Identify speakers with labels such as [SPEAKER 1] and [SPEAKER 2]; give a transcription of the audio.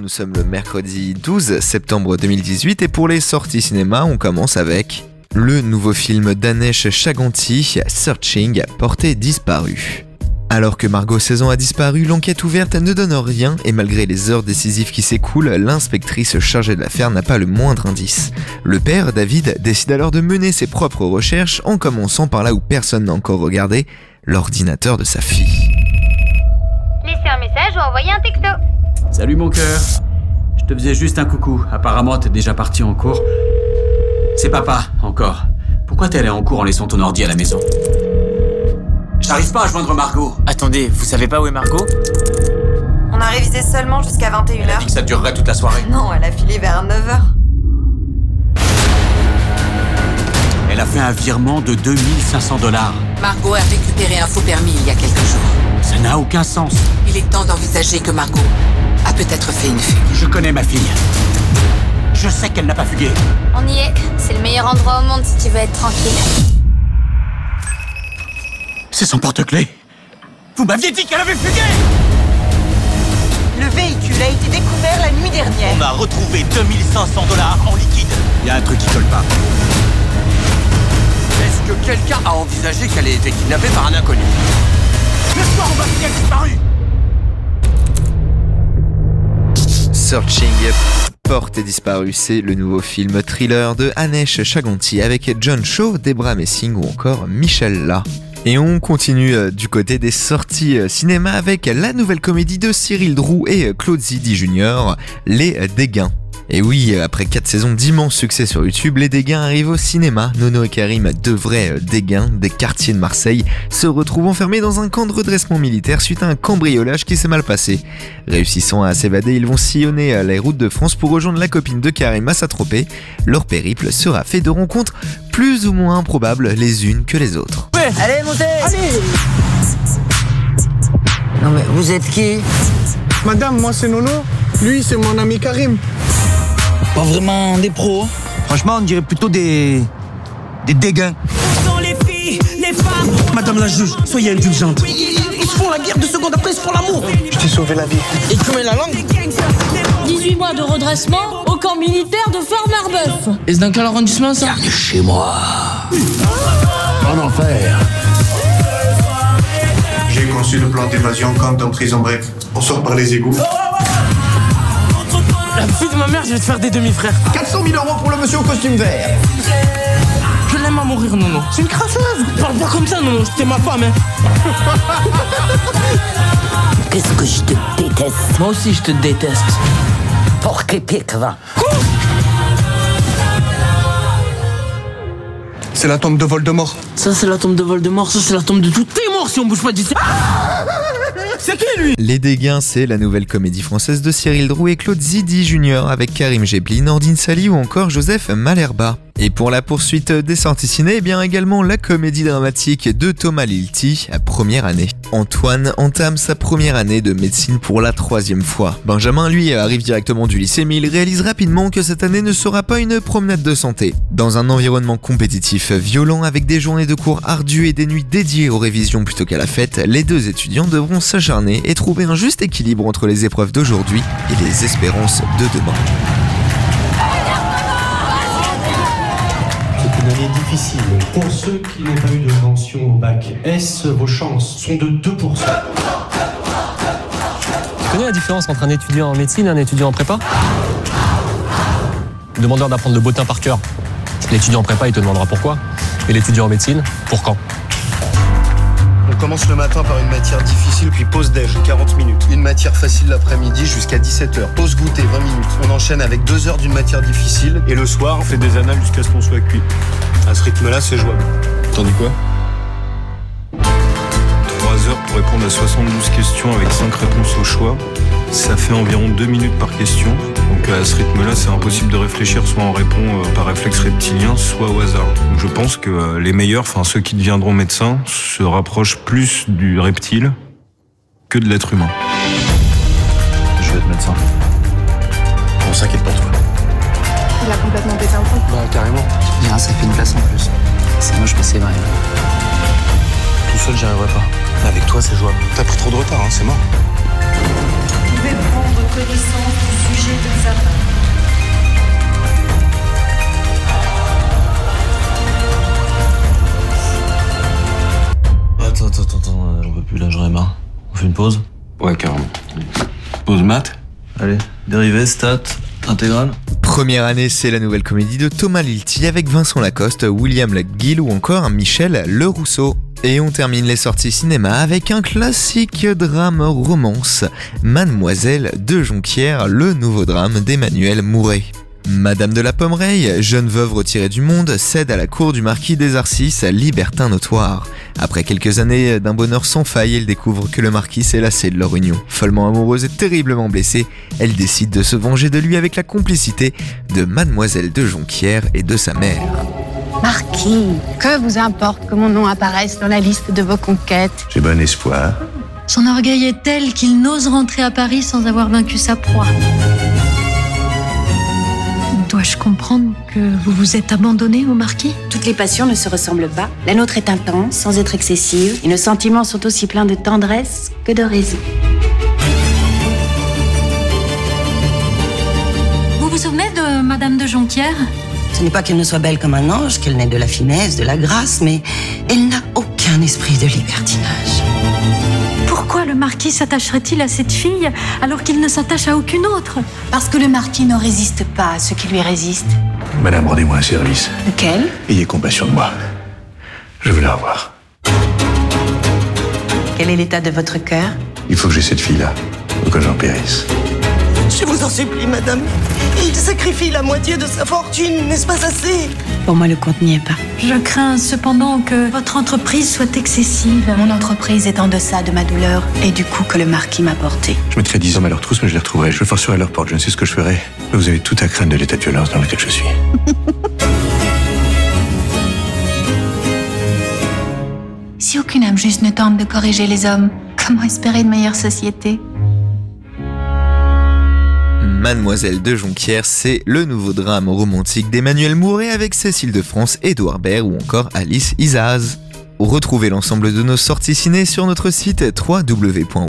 [SPEAKER 1] nous sommes le mercredi 12 septembre 2018 et pour les sorties cinéma, on commence avec le nouveau film d'Anesh Chaganti, Searching, portée disparue. Alors que Margot Saison a disparu, l'enquête ouverte ne donne rien et malgré les heures décisives qui s'écoulent, l'inspectrice chargée de l'affaire n'a pas le moindre indice. Le père, David, décide alors de mener ses propres recherches en commençant par là où personne n'a encore regardé, l'ordinateur de sa fille.
[SPEAKER 2] Laissez un message ou envoyez un texto.
[SPEAKER 3] Salut mon cœur. Je te faisais juste un coucou. Apparemment, t'es déjà parti en cours. C'est papa, encore. Pourquoi t'es allé en cours en laissant ton ordi à la maison J'arrive pas à joindre Margot.
[SPEAKER 4] Attendez, vous savez pas où est Margot
[SPEAKER 5] On a révisé seulement jusqu'à
[SPEAKER 3] Elle a dit
[SPEAKER 5] 21h.
[SPEAKER 3] que ça durerait toute la soirée.
[SPEAKER 5] Non, elle a filé vers 9h.
[SPEAKER 3] Elle a fait un virement de 2500 dollars.
[SPEAKER 6] Margot a récupéré un faux permis il y a quelques jours.
[SPEAKER 3] Ça n'a aucun sens.
[SPEAKER 6] Il est temps d'envisager que Margot a peut-être fait une fugue.
[SPEAKER 3] Je connais ma fille. Je sais qu'elle n'a pas fugué.
[SPEAKER 2] On y est. C'est le meilleur endroit au monde si tu veux être tranquille.
[SPEAKER 3] C'est son porte-clés. Vous m'aviez dit qu'elle avait fugué
[SPEAKER 7] Le véhicule a été découvert la nuit dernière.
[SPEAKER 8] On a retrouvé 2500 dollars en liquide.
[SPEAKER 3] Il y a un truc qui colle pas.
[SPEAKER 9] Est-ce que quelqu'un a envisagé qu'elle ait été kidnappée par un inconnu
[SPEAKER 3] Le soir, on m'a dit qu'elle a disparu.
[SPEAKER 1] Searching Porte disparue, c'est le nouveau film thriller de Anesh Chaganti avec John Shaw, Debra Messing ou encore Michel La. Et on continue euh, du côté des sorties euh, cinéma avec la nouvelle comédie de Cyril Drou et euh, Claude Zidi Jr., Les Dégains. Et oui, euh, après 4 saisons d'immenses succès sur YouTube, Les Dégains arrivent au cinéma. Nono et Karim, deux vrais euh, dégains des quartiers de Marseille, se retrouvent enfermés dans un camp de redressement militaire suite à un cambriolage qui s'est mal passé. Réussissant à s'évader, ils vont sillonner euh, les routes de France pour rejoindre la copine de Karim à Saint-Tropez. Leur périple sera fait de rencontres plus ou moins improbables les unes que les autres.
[SPEAKER 7] Allez, montez
[SPEAKER 4] Non mais vous êtes qui
[SPEAKER 10] Madame, moi c'est Nono. Lui, c'est mon ami Karim.
[SPEAKER 4] Pas vraiment des pros.
[SPEAKER 8] Franchement, on dirait plutôt des. des dégains.
[SPEAKER 10] Madame la juge, soyez indulgente.
[SPEAKER 7] Ils se font la guerre deux secondes, après ils se font l'amour.
[SPEAKER 10] Je t'ai sauvé la vie.
[SPEAKER 7] Et tu mets la langue
[SPEAKER 11] 18 mois de redressement au camp militaire de Fort Marbeuf.
[SPEAKER 4] Et c'est dans quel arrondissement ça
[SPEAKER 9] Chez moi. En enfer.
[SPEAKER 10] J'ai conçu le plan d'évasion quand dans prison break. On sort par les égouts.
[SPEAKER 4] La fille de ma mère, je vais te faire des demi-frères.
[SPEAKER 10] 400 000 euros pour le monsieur au costume vert.
[SPEAKER 4] Je l'aime à mourir, Nono. C'est une crasseuse Parle pas comme ça, Nono, c'était ma femme, hein.
[SPEAKER 7] Qu'est-ce que je te déteste
[SPEAKER 4] Moi aussi, je te déteste.
[SPEAKER 7] Porc et pique, va.
[SPEAKER 10] C'est la tombe de Voldemort.
[SPEAKER 4] Ça, c'est la tombe de Voldemort, ça, c'est la tombe de tous tes morts si on bouge pas d'ici. C'est qui, lui
[SPEAKER 1] Les Dégains, c'est la nouvelle comédie française de Cyril Drou et Claude Zidi Jr. avec Karim Gebli, Nordine Sali ou encore Joseph Malherba. Et pour la poursuite des sorties ciné, eh bien également la comédie dramatique de Thomas Lilti, à première année. Antoine entame sa première année de médecine pour la troisième fois. Benjamin, lui, arrive directement du lycée, mais il réalise rapidement que cette année ne sera pas une promenade de santé. Dans un environnement compétitif violent, avec des journées de cours ardues et des nuits dédiées aux révisions plutôt qu'à la fête, les deux étudiants devront s'acharner et trouver un juste équilibre entre les épreuves d'aujourd'hui et les espérances de demain.
[SPEAKER 10] C'est une année difficile. Pour ceux qui n'ont pas eu de mention au bac S, vos chances sont de 2%.
[SPEAKER 4] Tu connais la différence entre un étudiant en médecine et un étudiant en prépa Demandeur d'apprendre le botin par cœur. L'étudiant en prépa, il te demandera pourquoi. Et l'étudiant en médecine, pour quand
[SPEAKER 10] On commence le matin par une matière difficile, puis pause déj, 40 minutes. Une matière facile l'après-midi jusqu'à 17h. Pause goûter, 20 minutes. On enchaîne avec 2 heures d'une matière difficile. Et le soir, on fait des annales jusqu'à ce qu'on soit cuit. À ce rythme-là, c'est jouable.
[SPEAKER 8] Tandis quoi
[SPEAKER 10] 3 heures pour répondre à 72 questions avec 5 réponses au choix. Ça fait environ 2 minutes par question. Donc à ce rythme-là, c'est impossible de réfléchir. Soit on répond euh, par réflexe reptilien, soit au hasard. Donc je pense que euh, les meilleurs, enfin ceux qui deviendront médecins, se rapprochent plus du reptile que de l'être humain.
[SPEAKER 8] Je vais être médecin.
[SPEAKER 10] On s'inquiète pour toi.
[SPEAKER 5] Il a complètement pété un plomb.
[SPEAKER 10] Bah carrément.
[SPEAKER 4] Mira, Ah, ça fait une place en plus. C'est moche, mais c'est vrai.
[SPEAKER 10] Tout seul, j'y arriverai pas. Mais avec toi, c'est jouable. T'as pris trop de retard, hein, c'est mort.
[SPEAKER 7] Vous pouvez prendre connaissance du
[SPEAKER 5] Jugez de sa femme.
[SPEAKER 12] Attends, attends, attends, attends, j'en peux plus là, j'en ai marre. On fait une pause
[SPEAKER 10] Ouais, carrément.
[SPEAKER 12] Pause maths Allez, dérivé, stat, intégrale.
[SPEAKER 1] Première année, c'est la nouvelle comédie de Thomas Lilti avec Vincent Lacoste, William Laguille ou encore Michel Le Rousseau. Et on termine les sorties cinéma avec un classique drame romance, Mademoiselle de Jonquière, le nouveau drame d'Emmanuel Mouret. Madame de la Pommeraye, jeune veuve retirée du monde, cède à la cour du marquis des Arcis, libertin notoire. Après quelques années d'un bonheur sans faille, elle découvre que le marquis s'est lassé de leur union. Follement amoureuse et terriblement blessée, elle décide de se venger de lui avec la complicité de Mademoiselle de Jonquière et de sa mère.
[SPEAKER 13] Marquis, que vous importe que mon nom apparaisse dans la liste de vos conquêtes
[SPEAKER 14] J'ai bon espoir.
[SPEAKER 11] Son orgueil est tel qu'il n'ose rentrer à Paris sans avoir vaincu sa proie. Dois-je comprendre que vous vous êtes abandonné au marquis
[SPEAKER 15] Toutes les passions ne se ressemblent pas. La nôtre est intense, sans être excessive, et nos sentiments sont aussi pleins de tendresse que de raison.
[SPEAKER 11] Vous vous souvenez de Madame de Jonquière
[SPEAKER 7] Ce n'est pas qu'elle ne soit belle comme un ange, qu'elle n'ait de la finesse, de la grâce, mais elle n'a aucun esprit de l'écartinage.
[SPEAKER 11] Pourquoi le marquis s'attacherait-il à cette fille alors qu'il ne s'attache à aucune autre Parce que le marquis ne résiste pas à ce qui lui résiste.
[SPEAKER 14] Madame, rendez-moi un service.
[SPEAKER 15] Lequel
[SPEAKER 14] Ayez compassion de moi. Je veux la revoir.
[SPEAKER 15] Quel est l'état de votre cœur
[SPEAKER 14] Il faut que j'ai cette fille-là, pour que j'en périsse.
[SPEAKER 7] Je vous en supplie, madame. Il sacrifie la moitié de sa fortune, n'est-ce pas assez
[SPEAKER 15] Pour moi, le compte n'y est pas.
[SPEAKER 11] Je crains cependant que votre entreprise soit excessive.
[SPEAKER 15] Mon entreprise est en deçà de ma douleur et du coup que le marquis m'a porté.
[SPEAKER 14] Je mettrai dix hommes à leur trousse, mais je les retrouverai. Je forcerai à leur porte, je ne sais ce que je ferai. Mais vous avez tout à craindre de l'état de violence dans lequel je suis.
[SPEAKER 2] Si aucune âme juste ne tente de corriger les hommes, comment espérer de meilleure société
[SPEAKER 1] Mademoiselle de Jonquière, c'est le nouveau drame romantique d'Emmanuel Mouret avec Cécile de France, Édouard Baird ou encore Alice Isaz. Retrouvez l'ensemble de nos sorties ciné sur notre site www.